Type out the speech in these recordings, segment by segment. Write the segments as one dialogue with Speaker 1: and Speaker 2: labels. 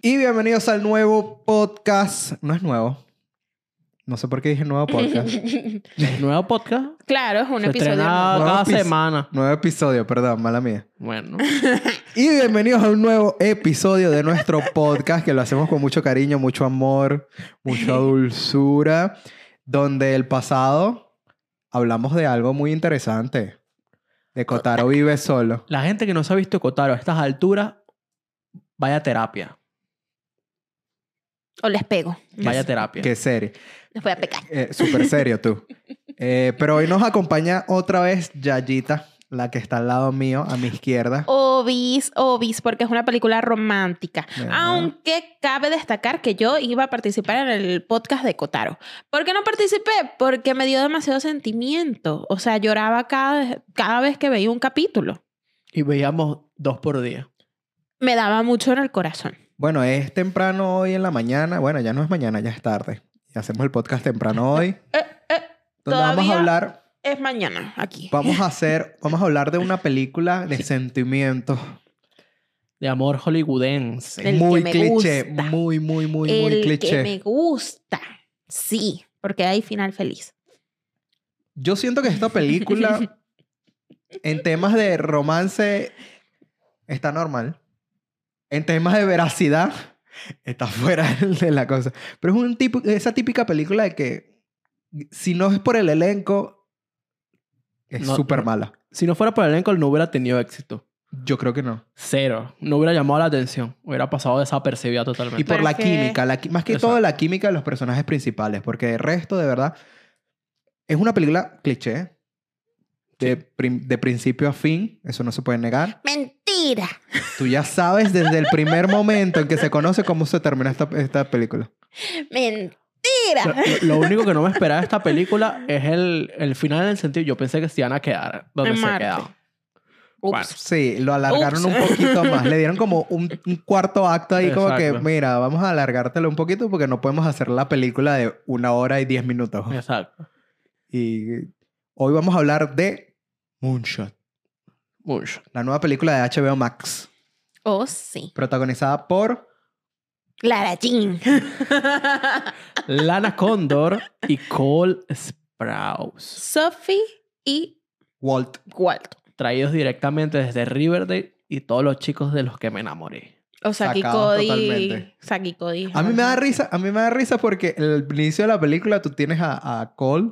Speaker 1: Y bienvenidos al nuevo podcast. No es nuevo. No sé por qué dije nuevo podcast.
Speaker 2: Nuevo podcast.
Speaker 3: Claro, es un
Speaker 2: Se
Speaker 3: episodio.
Speaker 2: estrena
Speaker 1: nuevo.
Speaker 3: nuevo.
Speaker 2: cada
Speaker 1: Nuevo episodio.
Speaker 2: semana.
Speaker 1: nuevo episodio, perdón, mala mía.
Speaker 2: Bueno.
Speaker 1: Y bienvenidos a un nuevo episodio de nuestro podcast que lo hacemos con mucho cariño, mucho amor, mucha dulzura, donde el pasado hablamos de algo muy interesante. De Kotaro vive solo.
Speaker 2: La gente que no se ha visto Kotaro a estas alturas, vaya a terapia.
Speaker 3: O les pego.
Speaker 2: Vaya terapia.
Speaker 1: Qué serie.
Speaker 3: Les voy a pegar.
Speaker 1: Eh, Súper serio tú. Eh, pero hoy nos acompaña otra vez Yayita, la que está al lado mío, a mi izquierda.
Speaker 3: Obis, obis, porque es una película romántica.
Speaker 1: Ajá.
Speaker 3: Aunque cabe destacar que yo iba a participar en el podcast de Kotaro. ¿Por qué no participé? Porque me dio demasiado sentimiento. O sea, lloraba cada, cada vez que veía un capítulo.
Speaker 2: Y veíamos dos por día.
Speaker 3: Me daba mucho en el corazón.
Speaker 1: Bueno, es temprano hoy en la mañana. Bueno, ya no es mañana, ya es tarde. Y hacemos el podcast temprano hoy.
Speaker 3: Eh, eh,
Speaker 1: Donde vamos a
Speaker 3: Todavía-
Speaker 1: hablar
Speaker 3: es mañana aquí.
Speaker 1: Vamos a hacer, vamos a hablar de una película de sentimientos.
Speaker 2: De amor hollywoodense.
Speaker 3: El que
Speaker 1: muy
Speaker 3: me
Speaker 1: cliché,
Speaker 3: gusta.
Speaker 1: muy, muy, muy, muy
Speaker 3: el que
Speaker 1: cliché.
Speaker 3: me gusta. Sí, porque hay final feliz.
Speaker 1: Yo siento que esta película, en temas de romance, está normal. En temas de veracidad, está fuera de la cosa. Pero es un tipo, esa típica película de que, si no es por el elenco, es
Speaker 2: No-
Speaker 1: súper mala.
Speaker 2: Si no fuera por el elenco, no hubiera tenido éxito.
Speaker 1: Yo creo que no.
Speaker 2: Cero. No hubiera llamado la atención. Hubiera pasado desapercibida totalmente.
Speaker 1: Y por la
Speaker 3: Porque-
Speaker 1: química, la qui- más que todo
Speaker 2: Exacto.
Speaker 1: la química de los personajes principales, porque de resto, de verdad, es una película cliché. De, prim- de principio a fin, eso no se puede negar.
Speaker 3: Mentira.
Speaker 1: Tú ya sabes desde el primer momento en que se conoce cómo se termina esta, esta película.
Speaker 2: Lo,
Speaker 3: Mentira.
Speaker 2: lo único que no me esperaba de esta película es el, el final en el sentido. Yo pensé que se iban a quedar donde
Speaker 3: En
Speaker 2: se
Speaker 3: Marte.
Speaker 2: quedaron. Bueno,
Speaker 1: Sí, lo alargaron
Speaker 3: Ups.
Speaker 1: un poquito más. Le dieron como un, un cuarto acto ahí, como que,
Speaker 2: Exacto.
Speaker 1: mira, vamos a alargártelo un poquito porque no podemos hacer la película de una hora y diez minutos.
Speaker 2: exacto.
Speaker 1: Y hoy vamos a hablar de Moonshot,
Speaker 2: Mucho.
Speaker 1: la nueva película de HBO Max.
Speaker 3: Oh, sí.
Speaker 1: protagonizada por
Speaker 3: Clara Jean.
Speaker 2: Lana Condor y Cole Sprouse.
Speaker 3: Sophie y
Speaker 1: Walt.
Speaker 3: Waldo.
Speaker 2: Traídos directamente desde Riverdale y todos los chicos de los que me enamoré.
Speaker 3: O Saki
Speaker 1: Sacados
Speaker 3: Cody.
Speaker 1: totalmente.
Speaker 3: Saki Cody.
Speaker 1: A mí me da risa, a mí me da risa porque en el inicio de la película tú tienes a, a Cole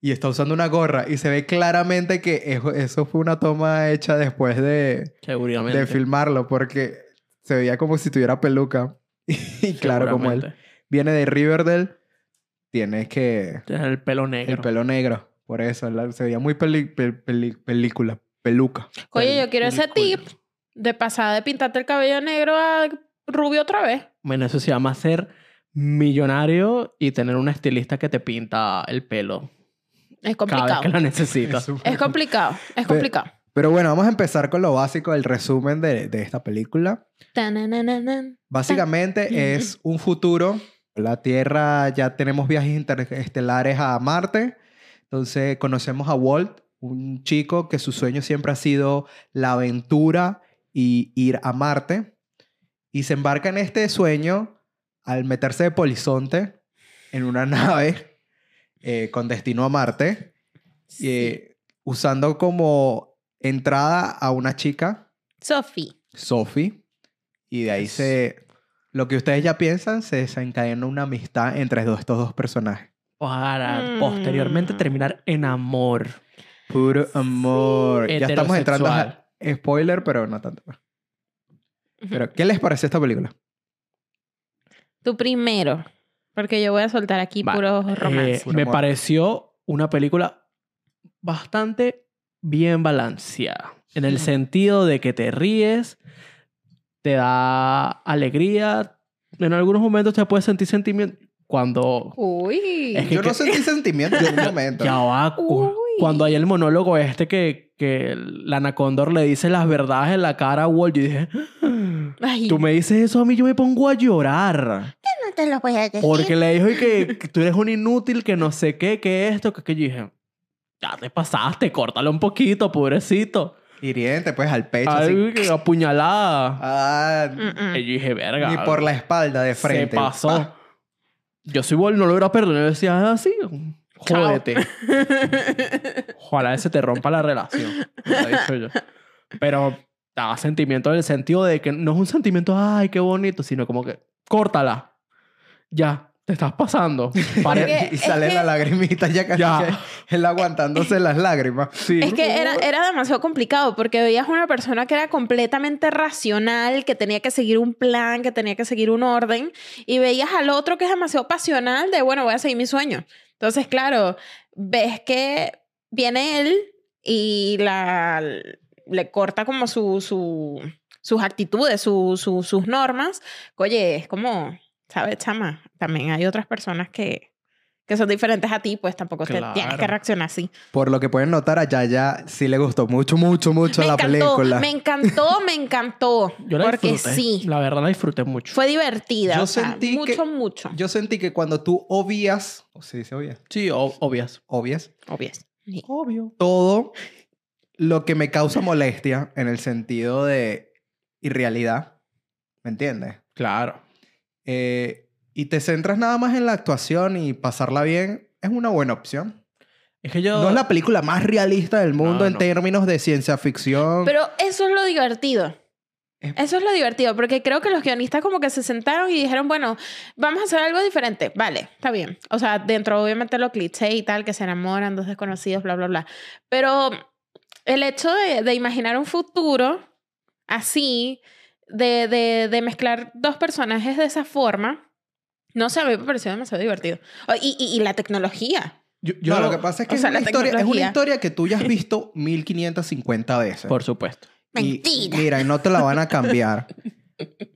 Speaker 1: y está usando una gorra y se ve claramente que eso, eso fue una toma hecha después de,
Speaker 2: Seguramente.
Speaker 1: de filmarlo porque se veía como si tuviera peluca. Y claro, como él
Speaker 2: Seguramente.
Speaker 1: viene de Riverdale, tienes que...
Speaker 2: Tiene el pelo negro.
Speaker 1: El pelo negro, por eso, la- se veía muy peli- pel- peli- película, peluca.
Speaker 3: Oye, yo quiero ese tip
Speaker 2: Película.
Speaker 3: de pasada de pintarte el cabello negro a rubio otra vez.
Speaker 2: Bueno, eso se llama ser millonario y tener una estilista que te pinta el pelo
Speaker 3: Es
Speaker 2: cada vez
Speaker 3: complicado.
Speaker 2: que lo necesitas.
Speaker 3: Es complicado. Es
Speaker 1: Pe-
Speaker 3: complicado.
Speaker 1: Pero bueno, vamos a empezar con lo básico, el resumen de, de esta película.
Speaker 3: Tananananan.
Speaker 1: Básicamente es un futuro. La Tierra ya tenemos viajes interestelares a Marte. Entonces conocemos a Walt, un chico que su sueño siempre ha sido la aventura y ir a Marte. Y se embarca en este sueño al meterse de polizonte en una nave eh, con destino a Marte y, eh, usando como entrada a una chica
Speaker 3: Sophie.
Speaker 1: Sophie. Y de ahí
Speaker 2: Yes.
Speaker 1: se... Lo que ustedes ya piensan, se desencadena una amistad entre dos- estos dos personajes.
Speaker 2: Para
Speaker 3: Mm.
Speaker 2: posteriormente terminar en amor.
Speaker 1: Puro amor. Ya estamos entrando a...
Speaker 2: Heterosexual.
Speaker 1: Spoiler, pero no tanto. pues. Pero, ¿qué les pareció esta película?
Speaker 3: Tú primero. Porque yo voy a soltar aquí
Speaker 2: Va,
Speaker 3: puros
Speaker 2: Eh,
Speaker 3: romances.
Speaker 1: Puro
Speaker 2: me
Speaker 1: amor.
Speaker 2: pareció una película bastante bien balanceada. En el
Speaker 3: Ujú.
Speaker 2: sentido de que te ríes, te da alegría. En algunos momentos te puedes sentir sentimiento. Cuando.
Speaker 3: Uy.
Speaker 2: Es que-
Speaker 1: Yo no sentí sentimiento en un momento.
Speaker 2: Ya va, cu-
Speaker 3: Uy.
Speaker 2: Cuando hay el monólogo este que, que la Anacondor le dice las verdades en la cara a Walt, yo dije. "Ah,
Speaker 3: Ay,
Speaker 2: Tú me dices eso a mí, yo me pongo a llorar.
Speaker 3: no te lo voy a decir.
Speaker 2: Porque le dijo y que, que tú eres un inútil, que no sé qué, que esto, que aquello. Y dije, ya te pasaste, córtalo un poquito, pobrecito.
Speaker 1: hiriente, pues al pecho. así.
Speaker 2: Ay, apuñalada.
Speaker 1: Ah,
Speaker 3: Mm-mm.
Speaker 2: Y yo dije, verga.
Speaker 1: ni por la espalda, de frente. Ah.
Speaker 2: Se pasó.
Speaker 1: Pa.
Speaker 2: Yo soy bol, no lo hubiera perdonado. Yo decía, ah, sí, jódete. Ojalá se te rompa la relación. me lo he dicho yo. Pero daba sentimiento en el sentido de que no es un sentimiento, ay, qué bonito, sino como que, córtala. Ya, te estás pasando. Pare-
Speaker 3: que-
Speaker 1: y
Speaker 3: es
Speaker 1: sale
Speaker 3: que-
Speaker 1: la lagrimita ya casi
Speaker 2: Ya.
Speaker 1: que él aguantándose las lágrimas.
Speaker 2: Sí.
Speaker 3: Es que era, era demasiado complicado porque veías una persona que era completamente racional, que tenía que seguir un plan, que tenía que seguir un orden, y veías al otro que es demasiado pasional de, bueno, voy a seguir mi sueño. Entonces, claro, ves que viene él y la, le corta como su, su- sus actitudes, su- su- sus normas. Oye, es como, ¿sabes, chama? También hay otras personas que, que son diferentes a ti, pues tampoco te tienes que
Speaker 2: Claro.
Speaker 3: reaccionar así.
Speaker 1: Por lo que pueden notar, a Yaya sí le gustó mucho, mucho, mucho la película.
Speaker 3: Me encantó, me encantó.
Speaker 2: Yo la
Speaker 3: porque
Speaker 2: disfruté.
Speaker 3: sí,
Speaker 2: La verdad la disfruté mucho.
Speaker 3: fue divertida.
Speaker 1: Yo
Speaker 3: o sea,
Speaker 1: sentí
Speaker 3: mucho,
Speaker 1: que-
Speaker 3: mucho.
Speaker 1: Yo sentí que cuando tú obvias, o se dice obvias,
Speaker 2: Sí, o- obvias.
Speaker 1: obvias,
Speaker 3: Obvio.
Speaker 2: Obvio.
Speaker 1: todo lo que me causa molestia en el sentido de irrealidad, ¿me entiendes?
Speaker 2: Claro.
Speaker 1: Eh, y te centras nada más en la actuación y pasarla bien, es una buena opción.
Speaker 2: Es que yo...
Speaker 1: No es la película más realista del mundo
Speaker 2: No,
Speaker 1: en
Speaker 2: no.
Speaker 1: términos de ciencia ficción.
Speaker 3: Pero eso es lo divertido.
Speaker 1: Es-
Speaker 3: Eso es lo divertido, porque creo que los guionistas como que se sentaron y dijeron, bueno, vamos a hacer algo diferente. Vale, está bien. O sea, dentro obviamente lo cliché y tal, que se enamoran, dos desconocidos, bla, bla, bla. Pero el hecho de, de imaginar un futuro así, de, de, de mezclar dos personajes de esa forma, no sé, a mí me pareció demasiado divertido. Oh, y, y- y la tecnología.
Speaker 2: yo-
Speaker 1: No,
Speaker 2: yo-
Speaker 1: lo que pasa es que
Speaker 3: o
Speaker 1: es,
Speaker 3: sea,
Speaker 1: una
Speaker 3: la
Speaker 1: historia, es una
Speaker 3: tecnología.
Speaker 1: historia que tú ya has visto 1550 veces.
Speaker 2: Por supuesto.
Speaker 1: Y,
Speaker 3: Mentira.
Speaker 1: mira, y no te la van a cambiar.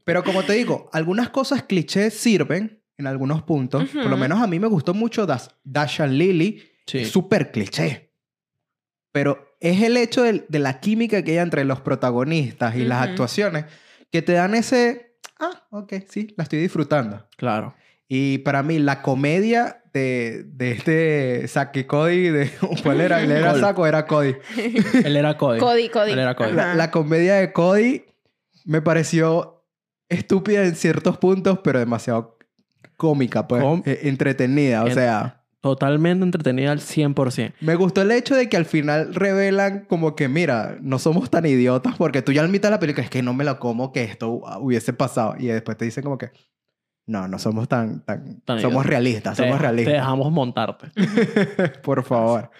Speaker 1: Pero como te digo, algunas cosas clichés sirven en algunos puntos. Por lo
Speaker 3: Ujú.
Speaker 1: menos a mí me gustó mucho Das- Dash and Lily.
Speaker 2: Sí.
Speaker 1: Es súper cliché. Pero es el hecho del- de, la química que hay entre los protagonistas y las
Speaker 3: Ujú.
Speaker 1: actuaciones que te dan ese... Ah, ok, sí, la estoy disfrutando.
Speaker 2: Claro.
Speaker 1: Y para mí, la comedia de, de este Saki Cody, de, ¿cuál era? ¿Él era
Speaker 2: Cole.
Speaker 1: Saco era Cody?
Speaker 2: Él era Cody.
Speaker 3: Cody, Cody.
Speaker 2: Él era Cody.
Speaker 1: La,
Speaker 3: Ajá.
Speaker 1: la comedia de Cody me pareció estúpida en ciertos puntos, pero demasiado cómica, pues.
Speaker 2: Com-
Speaker 1: eh, entretenida, o
Speaker 2: En-
Speaker 1: sea.
Speaker 2: Totalmente entretenida al 100%.
Speaker 1: Me gustó el hecho de que al final revelan como que, mira, no somos tan idiotas porque tú ya al mitad de la película es que no me la como que esto ah, hubiese pasado. Y después te dicen como que, no, no somos tan, tan,
Speaker 2: Tan
Speaker 1: somos
Speaker 2: idiotas.
Speaker 1: realistas, somos
Speaker 2: Te-
Speaker 1: realistas.
Speaker 2: Te dejamos montarte.
Speaker 1: Por favor.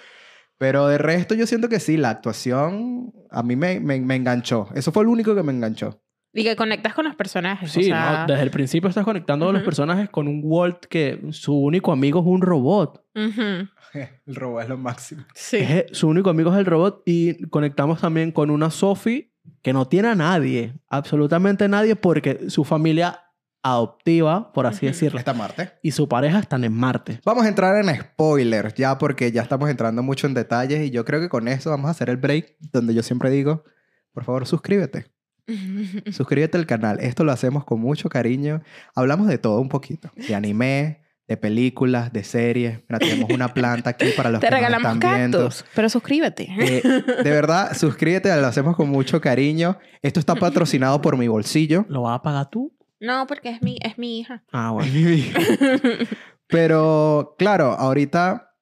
Speaker 1: Pero de resto yo siento que sí, la actuación a mí me, me, me enganchó. Eso fue lo único que me enganchó.
Speaker 3: Y que conectas con los personajes.
Speaker 2: Sí,
Speaker 3: o sea,
Speaker 2: ¿no? desde el principio estás conectando a los
Speaker 3: Ujú.
Speaker 2: personajes con un Walt que su único amigo es un robot.
Speaker 3: ujú,
Speaker 1: El robo es lo máximo.
Speaker 3: Sí.
Speaker 2: Es- su único amigo es el robot y conectamos también con una Sophie que no tiene a nadie, absolutamente nadie, porque su familia adoptiva, por así
Speaker 3: Ujú.
Speaker 2: decirlo,
Speaker 1: Esta Marte.
Speaker 2: y su pareja están en Marte.
Speaker 1: Vamos a entrar en spoilers ya porque ya estamos entrando mucho en detalles y yo creo que con eso vamos a hacer el break donde yo siempre digo, por favor suscríbete, suscríbete al canal. Esto lo hacemos con mucho cariño. Hablamos de todo un poquito, de anime, de películas, de series. Mira, tenemos una planta aquí para los
Speaker 3: Te
Speaker 1: que nos
Speaker 3: regalamos
Speaker 1: están viendo.
Speaker 3: cactus, pero suscríbete.
Speaker 1: Eh, de verdad, suscríbete, lo hacemos con mucho cariño. Esto está patrocinado por mi bolsillo.
Speaker 2: ¿Lo vas a pagar tú?
Speaker 3: No, porque es mi, es mi hija.
Speaker 2: Ah, bueno.
Speaker 1: Pero claro, ahorita,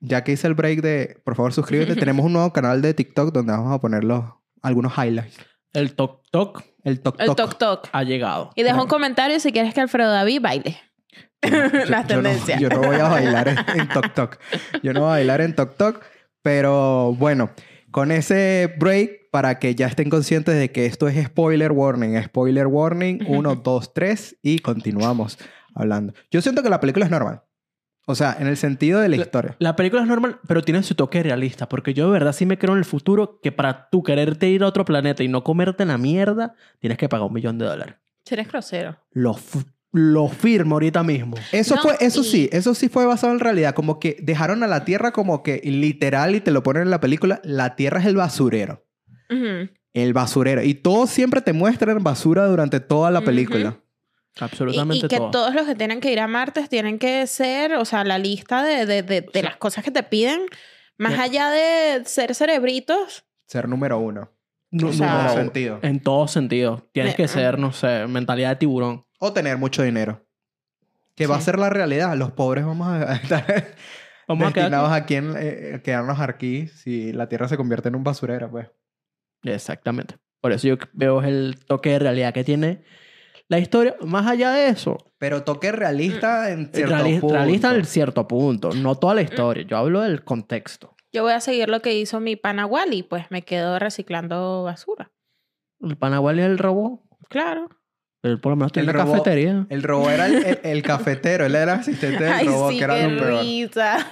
Speaker 1: ya que hice el break de, por favor, suscríbete, tenemos un nuevo canal de TikTok donde vamos a poner los, algunos highlights.
Speaker 2: El toc toc
Speaker 1: El toc
Speaker 3: El
Speaker 1: toc.
Speaker 3: toc toc.
Speaker 2: ha llegado.
Speaker 3: Y deja un comentario si quieres que Alfredo David baile.
Speaker 1: Yo
Speaker 3: Las
Speaker 1: no-
Speaker 3: tendencias.
Speaker 1: Yo no, voy a bailar en, en toc toc. Yo no voy a bailar en toc toc, pero bueno, con ese break para que ya estén conscientes de que esto es spoiler warning, spoiler warning,
Speaker 3: Ujú.
Speaker 1: 1 2 3 y continuamos hablando. Yo siento que la película es normal. O sea, en el sentido de la historia.
Speaker 2: La película es normal, pero tiene su toque realista, porque yo de verdad sí me creo en el futuro que para tú quererte ir a otro planeta y no comerte la mierda, tienes que pagar un millón de dólares.
Speaker 3: Si eres grosero.
Speaker 2: Lo, f- lo firmo ahorita mismo.
Speaker 1: Eso
Speaker 3: No,
Speaker 1: fue, eso
Speaker 3: y-
Speaker 1: sí, eso sí fue basado en realidad, como que dejaron a la Tierra como que literal y te lo ponen en la película, la Tierra es el basurero,
Speaker 3: Ujú.
Speaker 1: el basurero y todos siempre te muestran basura durante toda la
Speaker 3: Ujú.
Speaker 1: película.
Speaker 2: Absolutamente
Speaker 3: Y, y que
Speaker 2: todo.
Speaker 3: todos los que tienen que ir a martes tienen que ser, o sea, la lista de, de, de, de
Speaker 2: sea,
Speaker 3: las cosas que te piden, más
Speaker 2: ya-
Speaker 3: allá de ser cerebritos,
Speaker 1: Ser número uno.
Speaker 2: No,
Speaker 3: O
Speaker 1: en
Speaker 3: sea-
Speaker 1: todo
Speaker 2: no, Eh.
Speaker 1: sentido.
Speaker 2: En todos sentidos. Tienes
Speaker 1: Eh,
Speaker 2: que
Speaker 3: Me-
Speaker 2: ser, no sé, mentalidad de tiburón.
Speaker 1: O tener mucho dinero. Que va a
Speaker 3: Sí.
Speaker 1: ser la realidad. Los pobres vamos a estar
Speaker 2: Vamos a quedar.
Speaker 1: destinados aquí en- eh, a quedarnos aquí si la Tierra se convierte en un basurero, pues.
Speaker 2: Exactamente. Por eso yo veo el toque de realidad que tiene la historia. Más allá de eso,
Speaker 1: Pero toque realista en cierto
Speaker 2: Eh, reali-
Speaker 1: punto. Mm.
Speaker 2: realista en cierto punto. No toda la historia. Yo hablo del contexto.
Speaker 3: Yo voy a seguir lo que hizo mi pana Wally, pues me quedo reciclando basura.
Speaker 2: El Panagual es el robot.
Speaker 3: Claro.
Speaker 2: Pero él por lo menos tiene
Speaker 1: El
Speaker 2: una
Speaker 1: robot-
Speaker 2: cafetería.
Speaker 1: El robot era el, el- el cafetero. Él era asistente del
Speaker 3: Ay,
Speaker 1: robot,
Speaker 3: sí,
Speaker 1: que era
Speaker 3: qué
Speaker 1: lo peor.
Speaker 3: risa.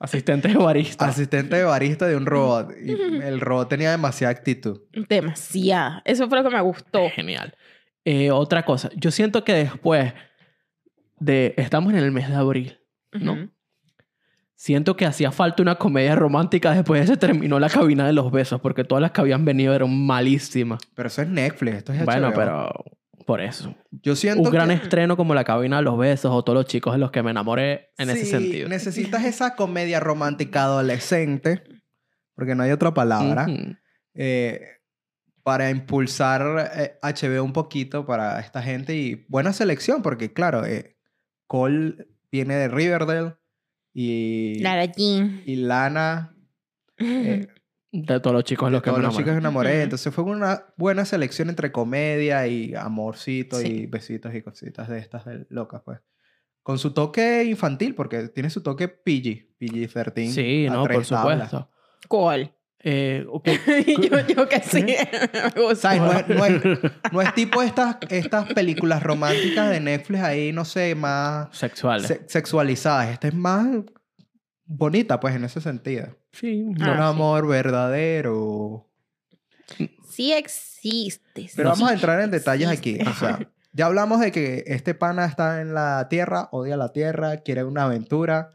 Speaker 2: Asistente de barista.
Speaker 1: Asistente de barista de un robot. Y el robot tenía demasiada actitud.
Speaker 3: Demasiada. Eso fue lo que me gustó.
Speaker 2: Genial. Eh, otra cosa. Yo siento que después de... Estamos en el mes de abril. ¿no?
Speaker 3: Ujú.
Speaker 2: Siento que hacía falta una comedia romántica después de que se terminó la cabina de los besos, porque todas las que habían venido eran malísimas.
Speaker 1: Pero eso es Netflix. Esto es
Speaker 2: Bueno,
Speaker 1: HBO.
Speaker 2: pero por eso.
Speaker 1: Yo siento
Speaker 2: Un gran
Speaker 1: que...
Speaker 2: estreno como la cabina de los besos o todos los chicos de los que me enamoré en ese
Speaker 1: si
Speaker 2: sentido.
Speaker 1: necesitas esa comedia romántica adolescente, porque no hay otra palabra,
Speaker 2: Ujú.
Speaker 1: eh, para impulsar eh, HBO un poquito para esta gente y buena selección, porque claro, eh, Cole viene de Riverdale y,
Speaker 3: Lara Jean.
Speaker 1: y Lana, eh,
Speaker 2: De todos los chicos de
Speaker 1: de
Speaker 2: los que me
Speaker 1: todos los
Speaker 2: enamoré.
Speaker 1: chicos que enamoré.
Speaker 3: Ujú.
Speaker 1: Entonces fue una buena selección entre comedia y amorcito
Speaker 3: Sí.
Speaker 1: y besitos y cositas de estas de locas, pues. Con su toque infantil, porque tiene su toque PG, PG-13.
Speaker 2: Sí,
Speaker 1: a
Speaker 2: no, por
Speaker 1: tres tablas.
Speaker 2: supuesto.
Speaker 3: Col.
Speaker 2: Eh, ok.
Speaker 3: Y yo, yo que sí. me gustó.
Speaker 1: ¿Mm? ¿Sabes? No es, no es- no es tipo estas, estas películas románticas de Netflix ahí, no sé, más
Speaker 2: Sexuales.
Speaker 1: se- sexualizadas. Esta es más bonita, pues, en ese sentido.
Speaker 2: Sí,
Speaker 1: Un
Speaker 3: Ah, sí.
Speaker 1: amor verdadero.
Speaker 3: Sí existes.
Speaker 1: Pero
Speaker 3: Sí
Speaker 1: vamos a entrar en detalles aquí.
Speaker 3: existes.
Speaker 1: O sea, ya hablamos de que este pana está en la tierra, odia la tierra, quiere una aventura.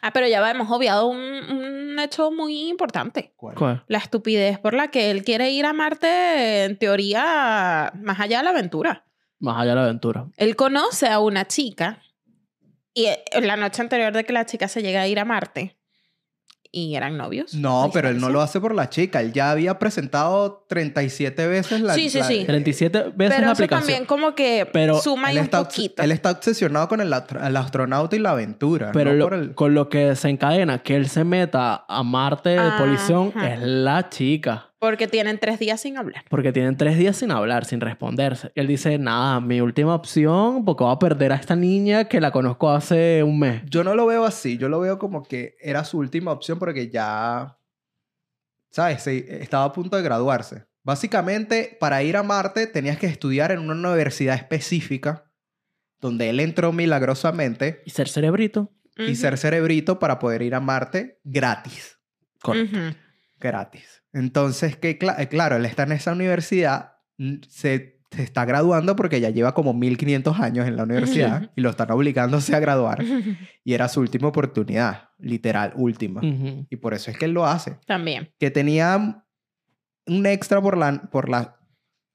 Speaker 3: Ah, pero ya hemos obviado un, un hecho muy importante.
Speaker 1: ¿Cuál?
Speaker 2: ¿Cuál?
Speaker 3: La estupidez por la que él quiere ir a Marte, en teoría, más allá de la aventura.
Speaker 2: Más allá de la aventura.
Speaker 3: Él conoce a una chica y eh, la noche anterior de que la chica se llega a ir a Marte y eran novios.
Speaker 1: No, pero él no lo hace por la chica. Él ya había presentado 37 veces la
Speaker 3: Sí, sí,
Speaker 1: la-
Speaker 3: sí.
Speaker 1: eh,
Speaker 2: 37 veces
Speaker 3: Pero
Speaker 2: la
Speaker 3: eso
Speaker 2: aplicación.
Speaker 3: también como que
Speaker 2: Pero
Speaker 3: suma ahí
Speaker 1: Él
Speaker 3: un
Speaker 1: está, obs-
Speaker 3: poquito.
Speaker 1: él está obsesionado con el, astro- el astronauta y la aventura.
Speaker 2: Pero
Speaker 1: no
Speaker 2: lo-
Speaker 1: por el-
Speaker 2: con lo que se encadena que él se meta a Marte de polizón
Speaker 3: Ajá.
Speaker 2: es la chica.
Speaker 3: Porque tienen tres días sin hablar.
Speaker 2: Porque tienen tres días sin hablar, sin responderse. Y él dice, nada, mi última opción, porque voy a perder a esta niña que la conozco hace un mes.
Speaker 1: Yo no lo veo así. Yo lo veo como que era su última opción porque ya. ¿Sabes? Se- eh, estaba a punto de graduarse. Básicamente, para ir a Marte tenías que estudiar en una universidad específica donde él entró milagrosamente
Speaker 2: Y ser cerebrito.
Speaker 1: y ser cerebrito para poder ir a Marte gratis.
Speaker 3: Ujú,
Speaker 2: Correcto.
Speaker 3: ujú.
Speaker 1: Gratis. Entonces, que cla- eh, claro, él está en esa universidad, mm, se, se está graduando porque ya lleva como 1500 años en la universidad y lo están obligándose a graduar. Y era su última oportunidad, literal, última.
Speaker 3: Mm.
Speaker 2: Ujú.
Speaker 1: Y por eso es que él lo hace.
Speaker 3: También.
Speaker 1: Que tenía un extra por la, por la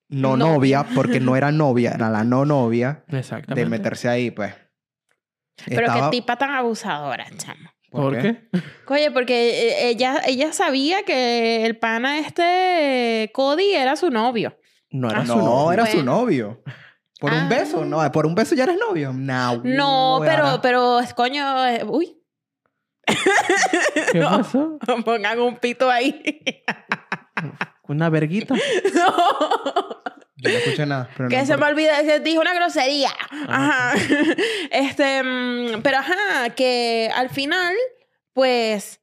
Speaker 1: no
Speaker 3: No.
Speaker 1: novia, porque no era novia, era la no novia, de
Speaker 2: Exactamente.
Speaker 1: meterse ahí, pues.
Speaker 3: Pero
Speaker 1: Estaba-
Speaker 3: qué tipa tan abusadora, chamo.
Speaker 2: ¿Por, qué?
Speaker 3: Oye, porque eh, ella, ella sabía que el pana este eh, Cody era su novio.
Speaker 2: No era
Speaker 1: Ah, No,
Speaker 2: su novio.
Speaker 1: era su
Speaker 3: Bueno.
Speaker 1: novio. ¿Por
Speaker 3: Ah.
Speaker 1: un beso? No, por un beso ya eres novio. No,
Speaker 3: No, pero,
Speaker 1: ahora-
Speaker 3: pero, es coño, eh, uy,
Speaker 2: ¿Qué
Speaker 3: No.
Speaker 2: pasó?
Speaker 3: pongan un pito ahí.
Speaker 2: Una verguita.
Speaker 3: no.
Speaker 1: Yo no escuché nada. Pero
Speaker 3: Que
Speaker 1: no Ah,
Speaker 3: se me
Speaker 1: importa.
Speaker 3: olvida, se dijo una grosería. Ajá. Este, mm, pero ajá, que al final, pues,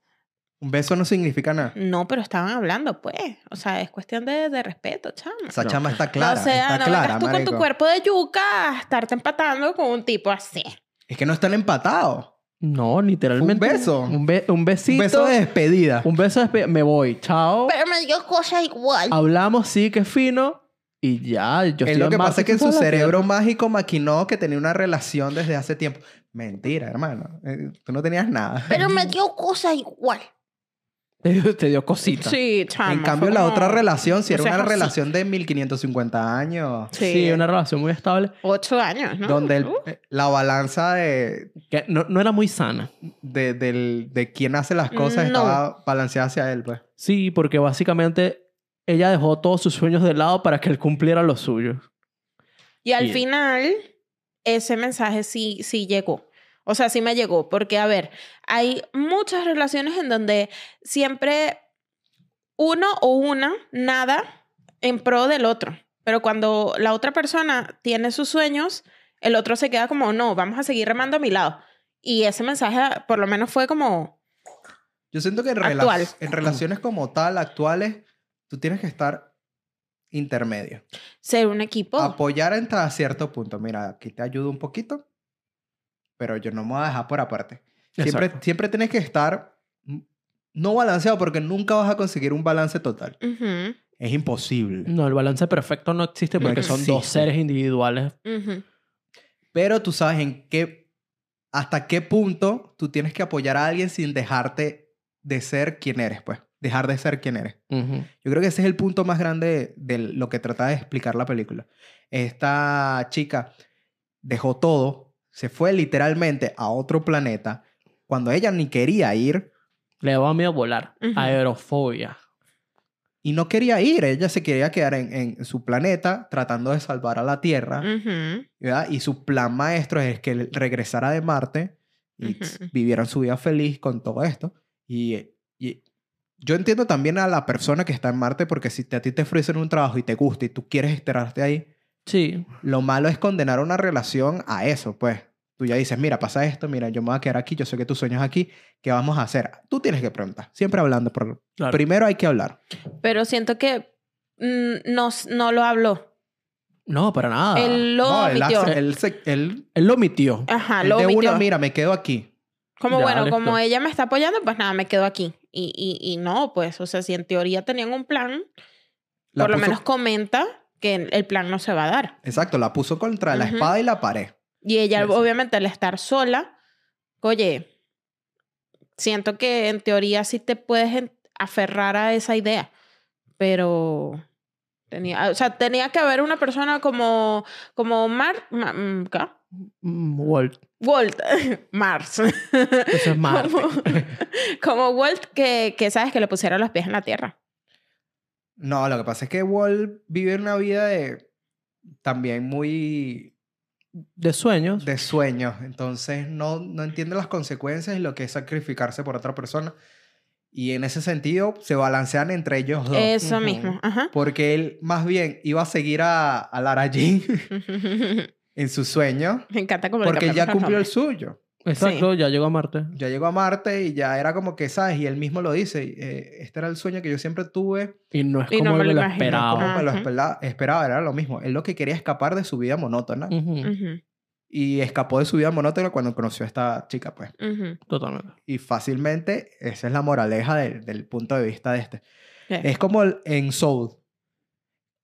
Speaker 1: Un beso no significa nada.
Speaker 3: no, pero estaban hablando, pues. O sea, es cuestión de, de respeto, chama.
Speaker 1: Esa
Speaker 2: No.
Speaker 1: chama está clara.
Speaker 3: o sea,
Speaker 1: está
Speaker 3: no
Speaker 1: clara,
Speaker 3: vengas tú con
Speaker 1: marico.
Speaker 3: tu cuerpo de yuca a estarte empatando con un tipo así.
Speaker 1: Es que no están empatados.
Speaker 2: No, literalmente.
Speaker 1: Un beso.
Speaker 2: Un, be- un
Speaker 1: Un
Speaker 2: besito.
Speaker 1: beso de despedida.
Speaker 2: Un beso de... Me voy. Chao.
Speaker 3: Pero me dio cosas igual.
Speaker 1: Ah,
Speaker 2: Hablamos, sí, que fino. Y ya, yo
Speaker 1: es
Speaker 2: estoy
Speaker 1: lo que
Speaker 2: en Marte,
Speaker 1: pasa es que
Speaker 2: tú
Speaker 1: en su
Speaker 2: sabes la
Speaker 1: cerebro mágico maquinó que tenía una relación desde hace tiempo. Mentira, hermano. Eh, tú no tenías nada.
Speaker 3: Pero me dio cosas igual.
Speaker 2: Te dio, te dio cosita.
Speaker 3: Sí, chama.
Speaker 1: en
Speaker 3: fue
Speaker 1: cambio, la
Speaker 3: como-
Speaker 1: otra relación, si era
Speaker 3: o sea,
Speaker 1: una
Speaker 3: así.
Speaker 1: relación de 1550 años,
Speaker 3: Sí.
Speaker 2: Sí, una relación muy estable
Speaker 3: Ocho años, ¿no?
Speaker 1: donde el-
Speaker 3: Uh,
Speaker 1: eh, la balanza de,
Speaker 2: que no, no era muy sana.
Speaker 1: de, del- de quién hace las cosas
Speaker 3: Mm, No.
Speaker 1: estaba balanceada hacia él, pues.
Speaker 2: Sí, porque básicamente ella dejó todos sus sueños de lado para que él cumpliera los suyos.
Speaker 3: Y al
Speaker 2: Bien.
Speaker 3: final, ese mensaje sí, sí llegó. O sea, sí me llegó. Porque, a ver, hay muchas relaciones en donde siempre uno o una nada en pro del otro. Pero cuando la otra persona tiene sus sueños, el otro se queda como, no, vamos a seguir remando a mi lado. Y ese mensaje, ah, por lo menos, fue como,
Speaker 1: Yo siento que en, rela-
Speaker 3: Actual.
Speaker 1: en relaciones como tal, actuales, tú tienes que estar intermedio.
Speaker 3: ser un equipo.
Speaker 1: Apoyar hasta cierto punto. Mira, aquí te ayudo un poquito, pero yo no me voy a dejar por aparte. Siempre,
Speaker 2: Exacto.
Speaker 1: siempre tienes que estar mm, no balanceado porque nunca vas a conseguir un balance total. Mm.
Speaker 3: Ujú,
Speaker 1: Es imposible.
Speaker 2: No, el balance perfecto no existe
Speaker 1: No
Speaker 2: porque son dos
Speaker 1: existe.
Speaker 2: seres individuales.
Speaker 3: ujú.
Speaker 1: Pero tú sabes en qué, hasta qué punto tú tienes que apoyar a alguien sin dejarte de ser quien eres, pues. Dejar de ser quien eres. Yo creo que ese es el punto más grande de lo que trata de explicar la película. Esta chica dejó todo, se fue literalmente a otro planeta cuando ella ni quería ir
Speaker 2: Le daba miedo volar.
Speaker 3: Ujú.
Speaker 2: Aerofobia.
Speaker 1: y no quería ir. Ella se quería quedar en, en su planeta tratando de salvar a la Tierra.
Speaker 3: Mm. Ujú.
Speaker 1: ¿verdad? Y su plan maestro es que él regresara de Marte y
Speaker 3: Ujú.
Speaker 1: tss, vivieran su vida feliz con todo esto. Y, y yo entiendo también a la persona que está en Marte porque si te- a ti te ofrecen un trabajo y te gusta y tú quieres estirarte ahí,
Speaker 2: Sí.
Speaker 1: lo malo es condenar una relación a eso, pues. Tú ya dices, mira, pasa esto, mira, yo me voy a quedar aquí, yo sé que tú sueñas aquí, ¿qué vamos a hacer? Tú tienes que preguntar, siempre hablando. por-
Speaker 2: Claro.
Speaker 1: Primero hay que hablar.
Speaker 3: Pero siento que mm, no, no lo habló.
Speaker 2: No, para nada. Él,
Speaker 3: él lo
Speaker 1: No, él,
Speaker 3: omitió.
Speaker 1: hace- él se- él-
Speaker 2: lo omitió.
Speaker 3: Ajá,
Speaker 1: él
Speaker 3: lo
Speaker 1: de
Speaker 3: omitió.
Speaker 1: una, mira, me quedo aquí.
Speaker 3: como
Speaker 2: Ya,
Speaker 3: bueno,
Speaker 2: listo.
Speaker 3: como ella me está apoyando, pues nada, me quedo aquí. Y, y, y no, pues, o sea, si en teoría tenían un plan,
Speaker 1: La
Speaker 3: por lo
Speaker 1: puso-
Speaker 3: menos comenta que el plan no se va a dar.
Speaker 1: Exacto, la puso contra la
Speaker 3: Ujú.
Speaker 1: espada y la pared.
Speaker 3: Y ella,
Speaker 2: Sí, sí.
Speaker 3: obviamente, al estar sola, oye, siento que en teoría sí te puedes en- aferrar a esa idea, pero... Tenía, o sea, tenía que haber una persona como, como Mar, Ma- mm, ¿qué?
Speaker 2: Mm, Walt.
Speaker 3: Walt, Mars.
Speaker 2: Eso es Marte.
Speaker 3: Como, como Walt que, que sabes que le pusiera los pies en la tierra.
Speaker 1: No, lo que pasa es que Wall vive una vida de también muy
Speaker 2: De sueños.
Speaker 1: de sueños, entonces no, no entiende las consecuencias y lo que es sacrificarse por otra persona. Y en ese sentido se balancean entre ellos dos.
Speaker 3: Eso
Speaker 2: Ujú.
Speaker 3: mismo. Ajá.
Speaker 1: Porque él más bien iba a seguir a, a Lara Jean en su sueño,
Speaker 3: Me encanta como le
Speaker 1: porque ya
Speaker 3: cambiamos los
Speaker 1: cumplió el
Speaker 3: nombres.
Speaker 1: suyo.
Speaker 2: Exacto, ya llegó a Marte.
Speaker 1: Ya llegó a Marte y ya era como que, ¿sabes? Y él mismo lo dice, eh, este era el sueño que yo siempre tuve,
Speaker 2: Y no es
Speaker 3: Y no
Speaker 2: como
Speaker 3: me
Speaker 2: él
Speaker 3: lo
Speaker 2: lo
Speaker 3: imagino
Speaker 1: como
Speaker 2: esperaba.
Speaker 1: me lo
Speaker 3: Ajá.
Speaker 1: espera- esperaba, era lo mismo. Él lo que quería escapar de su vida monótona.
Speaker 2: Ujú,
Speaker 3: Ujú,
Speaker 1: Y escapó de su vida monótona cuando conoció a esta chica, pues.
Speaker 3: ujú.
Speaker 2: Totalmente.
Speaker 1: Y fácilmente, esa es la moraleja del, del punto de vista de este.
Speaker 3: Sí.
Speaker 1: Es como el- en Soul,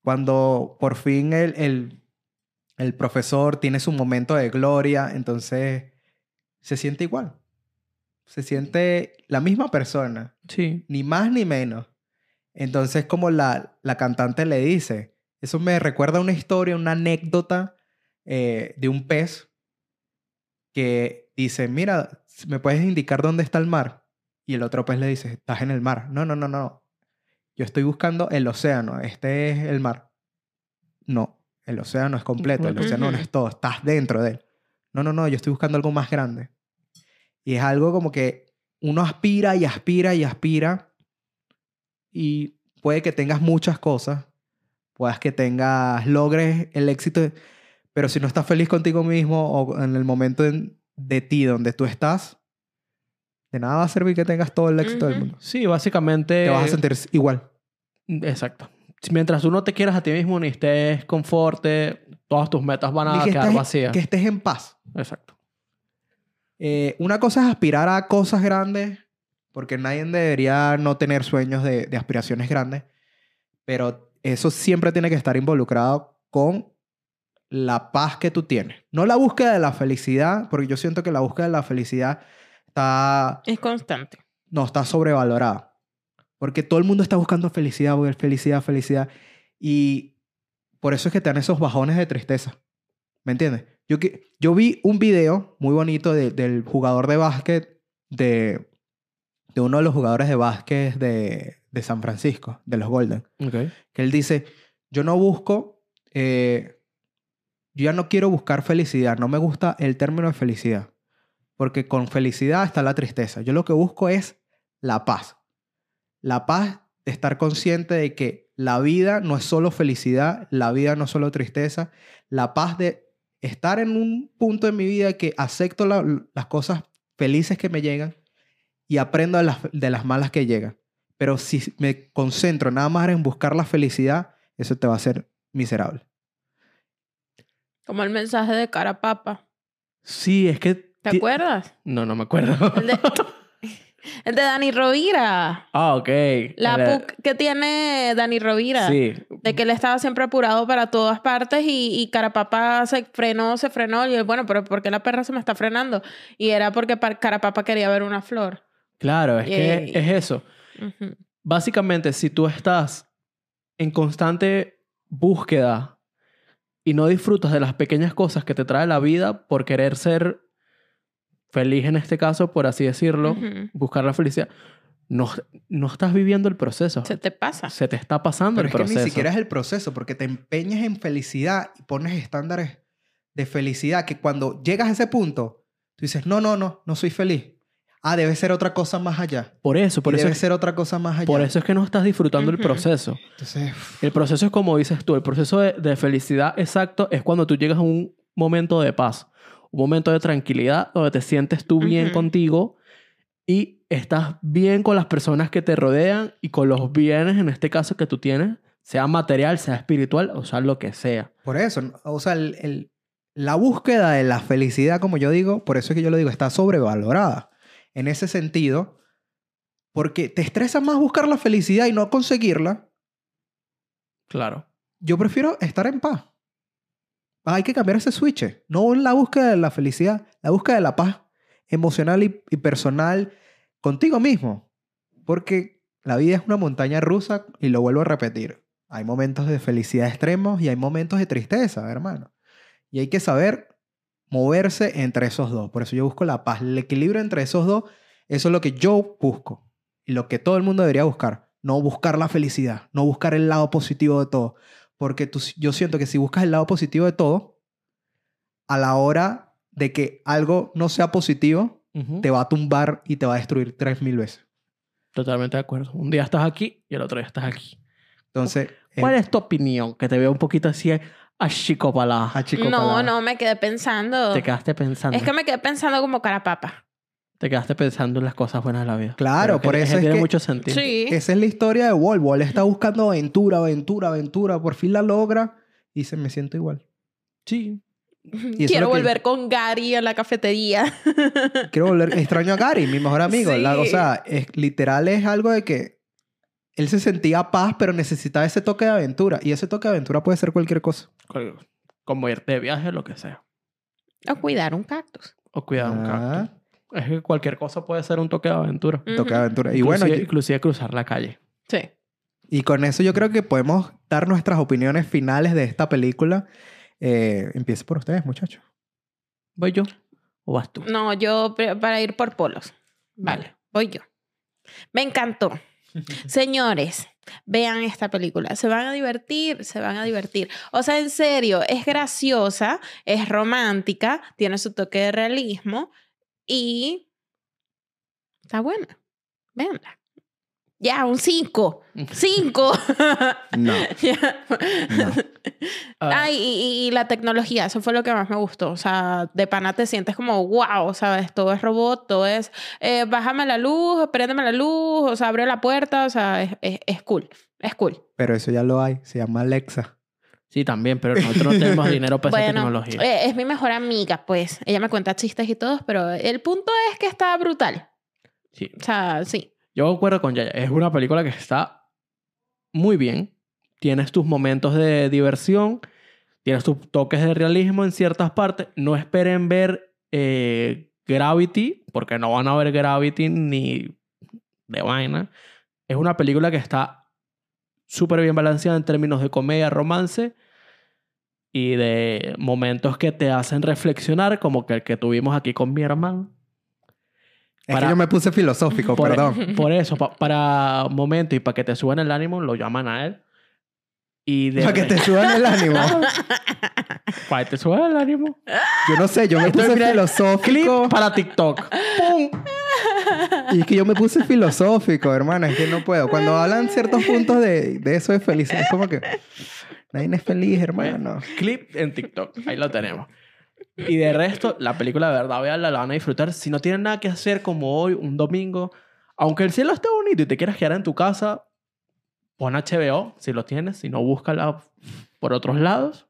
Speaker 1: cuando por fin el, el, el profesor tiene su momento de gloria, entonces se siente igual. Se siente la misma persona,
Speaker 2: Sí.
Speaker 1: ni más ni menos. Entonces, como la, la cantante le dice, eso me recuerda una historia, una anécdota eh, de un pez que dice, mira, ¿me puedes indicar dónde está el mar? Y el otro pez le dice, estás en el mar. No, no, no, no. Yo estoy buscando el océano, este es el mar. No, el océano es completo, el
Speaker 2: Ujú.
Speaker 1: océano no es todo, estás dentro de él. No, no, no, yo estoy buscando algo más grande. Y es algo como que uno aspira y aspira y aspira y puede que tengas muchas cosas, puedas que tengas, logres el éxito, pero si no estás feliz contigo mismo o en el momento en- de ti donde tú estás, de nada va a servir que tengas todo el éxito del
Speaker 3: Ujú.
Speaker 1: mundo.
Speaker 2: Sí, básicamente.
Speaker 1: Te vas a sentir igual.
Speaker 2: Exacto. Mientras tú no te quieras a ti mismo ni estés conforte, todas tus metas van
Speaker 1: Ni
Speaker 2: a
Speaker 1: que,
Speaker 2: quedar
Speaker 1: estés,
Speaker 2: vacías.
Speaker 1: que estés en paz.
Speaker 2: Exacto.
Speaker 1: Eh, una cosa es aspirar a cosas grandes, porque nadie debería no tener sueños de, de aspiraciones grandes, pero eso siempre tiene que estar involucrado con la paz que tú tienes. No la búsqueda de la felicidad, porque yo siento que la búsqueda de la felicidad está,
Speaker 3: Es constante.
Speaker 1: no, está sobrevalorada, porque todo el mundo está buscando felicidad, porque felicidad, felicidad, y por eso es que te dan esos bajones de tristeza. ¿Me entiendes? Yo, que- yo vi un video muy bonito de- del jugador de básquet, de, de uno de los jugadores de básquet de, de San Francisco, de los Golden,
Speaker 2: Ok.
Speaker 1: que él dice, yo no busco, eh, yo ya no quiero buscar felicidad, no me gusta el término de felicidad, porque con felicidad está la tristeza. Yo lo que busco es la paz. La paz de estar consciente de que la vida no es solo felicidad, la vida no es solo tristeza, la paz de estar en un punto de mi vida que acepto la- las cosas felices que me llegan y aprendo de las, de las malas que llegan. Pero si me concentro nada más en buscar la felicidad, eso te va a hacer miserable.
Speaker 3: Como el mensaje de cara papa.
Speaker 2: Sí, es que...
Speaker 3: ¿Te
Speaker 2: ti-
Speaker 3: acuerdas?
Speaker 2: No, no me acuerdo.
Speaker 3: El de, el de Dani Rovira.
Speaker 2: Ah, ok.
Speaker 3: La
Speaker 2: Era-
Speaker 3: PUC que tiene Dani Rovira.
Speaker 2: Sí.
Speaker 3: De que él estaba siempre apurado para todas partes y, y Carapapa se frenó, se frenó. Y él, bueno, pero ¿por qué la perra se me está frenando? Y era porque par- Carapapa quería ver una flor.
Speaker 2: Claro, es
Speaker 3: Yay.
Speaker 2: que es eso.
Speaker 3: Ujú.
Speaker 2: Básicamente, si tú estás en constante búsqueda y no disfrutas de las pequeñas cosas que te trae la vida por querer ser feliz en este caso, por así decirlo,
Speaker 3: Ujú.
Speaker 2: buscar la felicidad, no, no estás viviendo el proceso.
Speaker 3: Se
Speaker 2: Se,
Speaker 3: te pasa.
Speaker 2: te está pasando
Speaker 1: Pero
Speaker 2: el
Speaker 1: es
Speaker 2: proceso.
Speaker 1: que ni siquiera es el proceso, porque te empeñas en felicidad y pones estándares de felicidad que cuando llegas a ese punto, tú dices, no, no, no, no soy feliz. Ah, debe ser otra cosa más allá.
Speaker 2: Por eso, por
Speaker 1: Y
Speaker 2: eso,
Speaker 1: debe
Speaker 2: es,
Speaker 1: ser otra cosa más allá.
Speaker 2: por eso es que no estás disfrutando el
Speaker 3: Ujú.
Speaker 2: proceso.
Speaker 1: Entonces, uf,
Speaker 2: El proceso es como dices tú, el proceso de, de felicidad exacto es cuando tú llegas a un momento de paz, un momento de tranquilidad donde te sientes tú bien
Speaker 3: Ujú.
Speaker 2: contigo y estás bien con las personas que te rodean y con los bienes, en este caso, que tú tienes, sea material, sea espiritual, o sea, lo que sea.
Speaker 1: por eso, ¿no? o sea, el- el- la búsqueda de la felicidad, como yo digo, por eso es que yo lo digo, está sobrevalorada. En ese sentido, porque te estresa más buscar la felicidad y no conseguirla,
Speaker 2: Claro.
Speaker 1: yo prefiero estar en paz. Ah, Hay que cambiar ese switch. No la búsqueda de la felicidad, la búsqueda de la paz emocional y, y personal contigo mismo. Porque la vida es una montaña rusa y lo vuelvo a repetir. Hay momentos de felicidad extremos y hay momentos de tristeza, hermano. Y hay que saber moverse entre esos dos. Por eso yo busco la paz, el equilibrio entre esos dos. Eso es lo que yo busco y lo que todo el mundo debería buscar. No buscar la felicidad, no buscar el lado positivo de todo. Porque tú, yo siento que si buscas el lado positivo de todo, a la hora de que algo no sea positivo, te va a tumbar y te va a destruir tres mil veces.
Speaker 2: Totalmente de acuerdo. Un día estás aquí y el otro día estás aquí.
Speaker 1: Entonces,
Speaker 2: ¿Cuál es tu opinión? Que te veo un poquito así achicopalada.
Speaker 1: a Ah, chico
Speaker 3: no,
Speaker 1: palabra.
Speaker 3: no, me quedé pensando.
Speaker 2: Te quedaste pensando.
Speaker 3: Es que me quedé pensando como Carapapa.
Speaker 2: Te quedaste pensando en las cosas buenas de la vida.
Speaker 1: Claro,
Speaker 2: Creo que
Speaker 1: por eso es
Speaker 2: tiene
Speaker 1: que-
Speaker 2: mucho sentido.
Speaker 3: Sí.
Speaker 1: Esa es la historia de Wall. Wall está buscando aventura, aventura, aventura. Por fin la logra y se me siento igual.
Speaker 2: Sí.
Speaker 1: es
Speaker 3: Quiero
Speaker 1: lo que-
Speaker 3: volver con Gary a la cafetería.
Speaker 1: Quiero volver. Extraño a Gary, mi mejor amigo. La- o
Speaker 3: Sí.
Speaker 1: sea, es, literal es algo de que él se sentía paz, pero necesitaba ese toque de aventura. Y ese toque de aventura puede ser cualquier cosa.
Speaker 2: Cual- Como irte de viaje, lo que sea.
Speaker 3: o cuidar un cactus.
Speaker 2: O cuidar un
Speaker 1: Ah,
Speaker 2: cactus. Es que cualquier cosa puede ser un toque de aventura.
Speaker 1: toque de
Speaker 3: Ujú.
Speaker 1: aventura. Y
Speaker 2: Inclusive-
Speaker 1: bueno, yo-
Speaker 2: Inclusive cruzar la calle.
Speaker 3: Sí.
Speaker 1: Y con eso yo creo que podemos dar nuestras opiniones finales de esta película. Eh, empiece por ustedes, muchachos.
Speaker 2: ¿Voy yo? ¿O vas tú?
Speaker 3: No, yo pre- para ir por polos. Vale, voy yo. Me encantó. Señores, vean esta película. Se van a divertir, se van a divertir. O sea, en serio, es graciosa, es romántica, tiene su toque de realismo y está buena. Véanla. Ya, un 5. 5.
Speaker 1: No. No.
Speaker 2: Ah,
Speaker 3: Ay, y, y- y la tecnología, eso fue lo que más me gustó. O sea, de pana te sientes como, wow, ¿sabes? Todo es robot, todo es, eh, bájame la luz, préndeme la luz, o sea, abre la puerta, o sea, es, es- es cool, es cool.
Speaker 1: Pero eso ya lo hay. Se llama Alexa.
Speaker 2: Sí, también, pero nosotros no tenemos dinero para esa
Speaker 3: bueno,
Speaker 2: Pues tecnología.
Speaker 3: eh, es mi mejor amiga, pues. Ella me cuenta chistes y todo, pero el punto es que está brutal.
Speaker 2: Sí.
Speaker 3: O sea, sí.
Speaker 2: Yo acuerdo con Yaya. Es una película que está muy bien. Tienes tus momentos de diversión. Tienes tus toques de realismo en ciertas partes. No esperen ver eh, Gravity, porque no van a ver Gravity ni de vaina. Es una película que está súper bien balanceada en términos de comedia, romance y de momentos que te hacen reflexionar, como que el que tuvimos aquí con mi hermano.
Speaker 1: Es
Speaker 2: Para-
Speaker 1: que yo me puse filosófico,
Speaker 2: Por, e-
Speaker 1: perdón.
Speaker 2: por eso, pa- para un momento y para que te suban el ánimo, lo llaman a él. Y de
Speaker 1: Para que te suban el ánimo.
Speaker 2: para que te suban el ánimo.
Speaker 1: Yo no sé, yo me
Speaker 2: Estoy
Speaker 1: puse
Speaker 2: mirando- Clip
Speaker 1: filosófico.
Speaker 2: para TikTok. ¡Pum!
Speaker 1: Y es que yo me puse filosófico, hermano. Es que no puedo. Cuando hablan ciertos puntos de, de eso de felicidad, es como que. Nadie es feliz, hermano.
Speaker 2: Clip en TikTok. Ahí lo tenemos. Y de resto, la película de verdad, veanla, la van a disfrutar. Si no tienen nada que hacer como hoy, un domingo, aunque el cielo esté bonito y te quieras quedar en tu casa, pon HBO si lo tienes. Si no, búscala por otros lados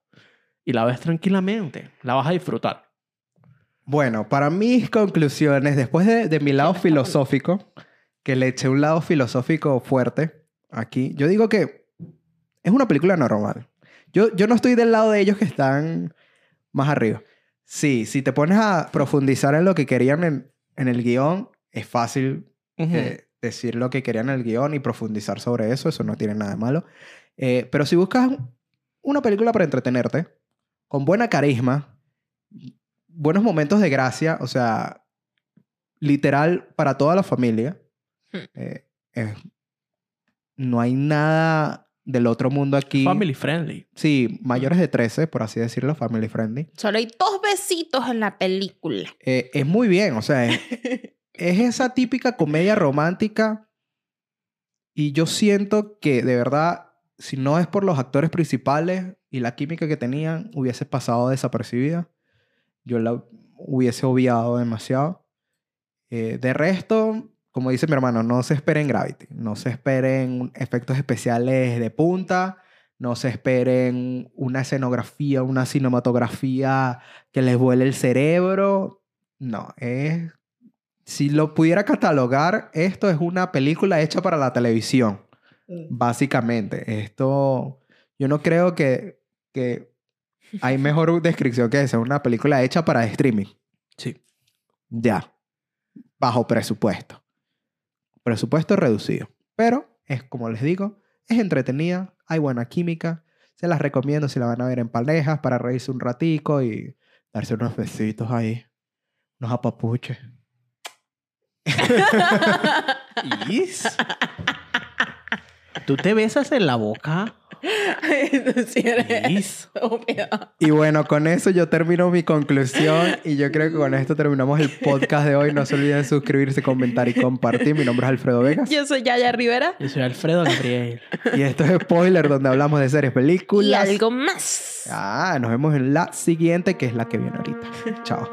Speaker 2: y la ves tranquilamente. La vas a disfrutar.
Speaker 1: Bueno, para mis conclusiones, después de, de mi lado filosófico, que le eché un lado filosófico fuerte aquí, yo digo que es una película normal. Yo, yo no estoy del lado de ellos que están más arriba. Sí, si te pones a profundizar en lo que querían en, en el guión, es fácil eh, decir lo que querían en el guión y profundizar sobre eso, eso no tiene nada de malo. Eh, pero si buscas una película para entretenerte, con buena carisma, buenos momentos de gracia, o sea, literal para toda la familia,
Speaker 3: Hmm.
Speaker 1: eh, es- no hay nada del otro mundo aquí.
Speaker 2: Family friendly.
Speaker 1: Sí, mayores de 13, por así decirlo, family friendly.
Speaker 3: Solo hay dos besitos en la película.
Speaker 1: Eh, es muy bien, o sea, es, es esa típica comedia romántica y yo siento que de verdad, si no es por los actores principales y la química que tenían, hubiese pasado desapercibida. Yo la hubiese obviado demasiado. Eh, de resto, como dice mi hermano, no se esperen Gravity, no se esperen efectos especiales de punta, no se esperen una escenografía, una cinematografía que les vuele el cerebro. No, es... Si lo pudiera catalogar, esto es una película hecha para la televisión, básicamente. Esto, yo no creo que, que hay mejor descripción que esa, una película hecha para streaming.
Speaker 2: Sí.
Speaker 1: Ya. Bajo presupuesto. Presupuesto reducido. Pero es como les digo, es entretenida, hay buena química. Se las recomiendo si la van a ver en parejas para reírse un ratico y darse unos besitos ahí. Unos apapuches.
Speaker 2: ¿Tú te besas en la boca?
Speaker 3: Si eres
Speaker 2: Is.
Speaker 3: estúpido.
Speaker 1: Y bueno, con eso yo termino mi conclusión y yo creo que con esto terminamos el podcast de hoy. No se olviden suscribirse, comentar y compartir. Mi nombre es Alfredo Vegas
Speaker 3: Yo soy Yaya Rivera.
Speaker 2: Yo soy Alfredo Gabriel.
Speaker 1: y esto es Spoiler donde hablamos de series,
Speaker 3: Y
Speaker 1: películas.
Speaker 3: algo más.
Speaker 1: Ah, nos vemos en la siguiente que es la que viene ahorita. Chao.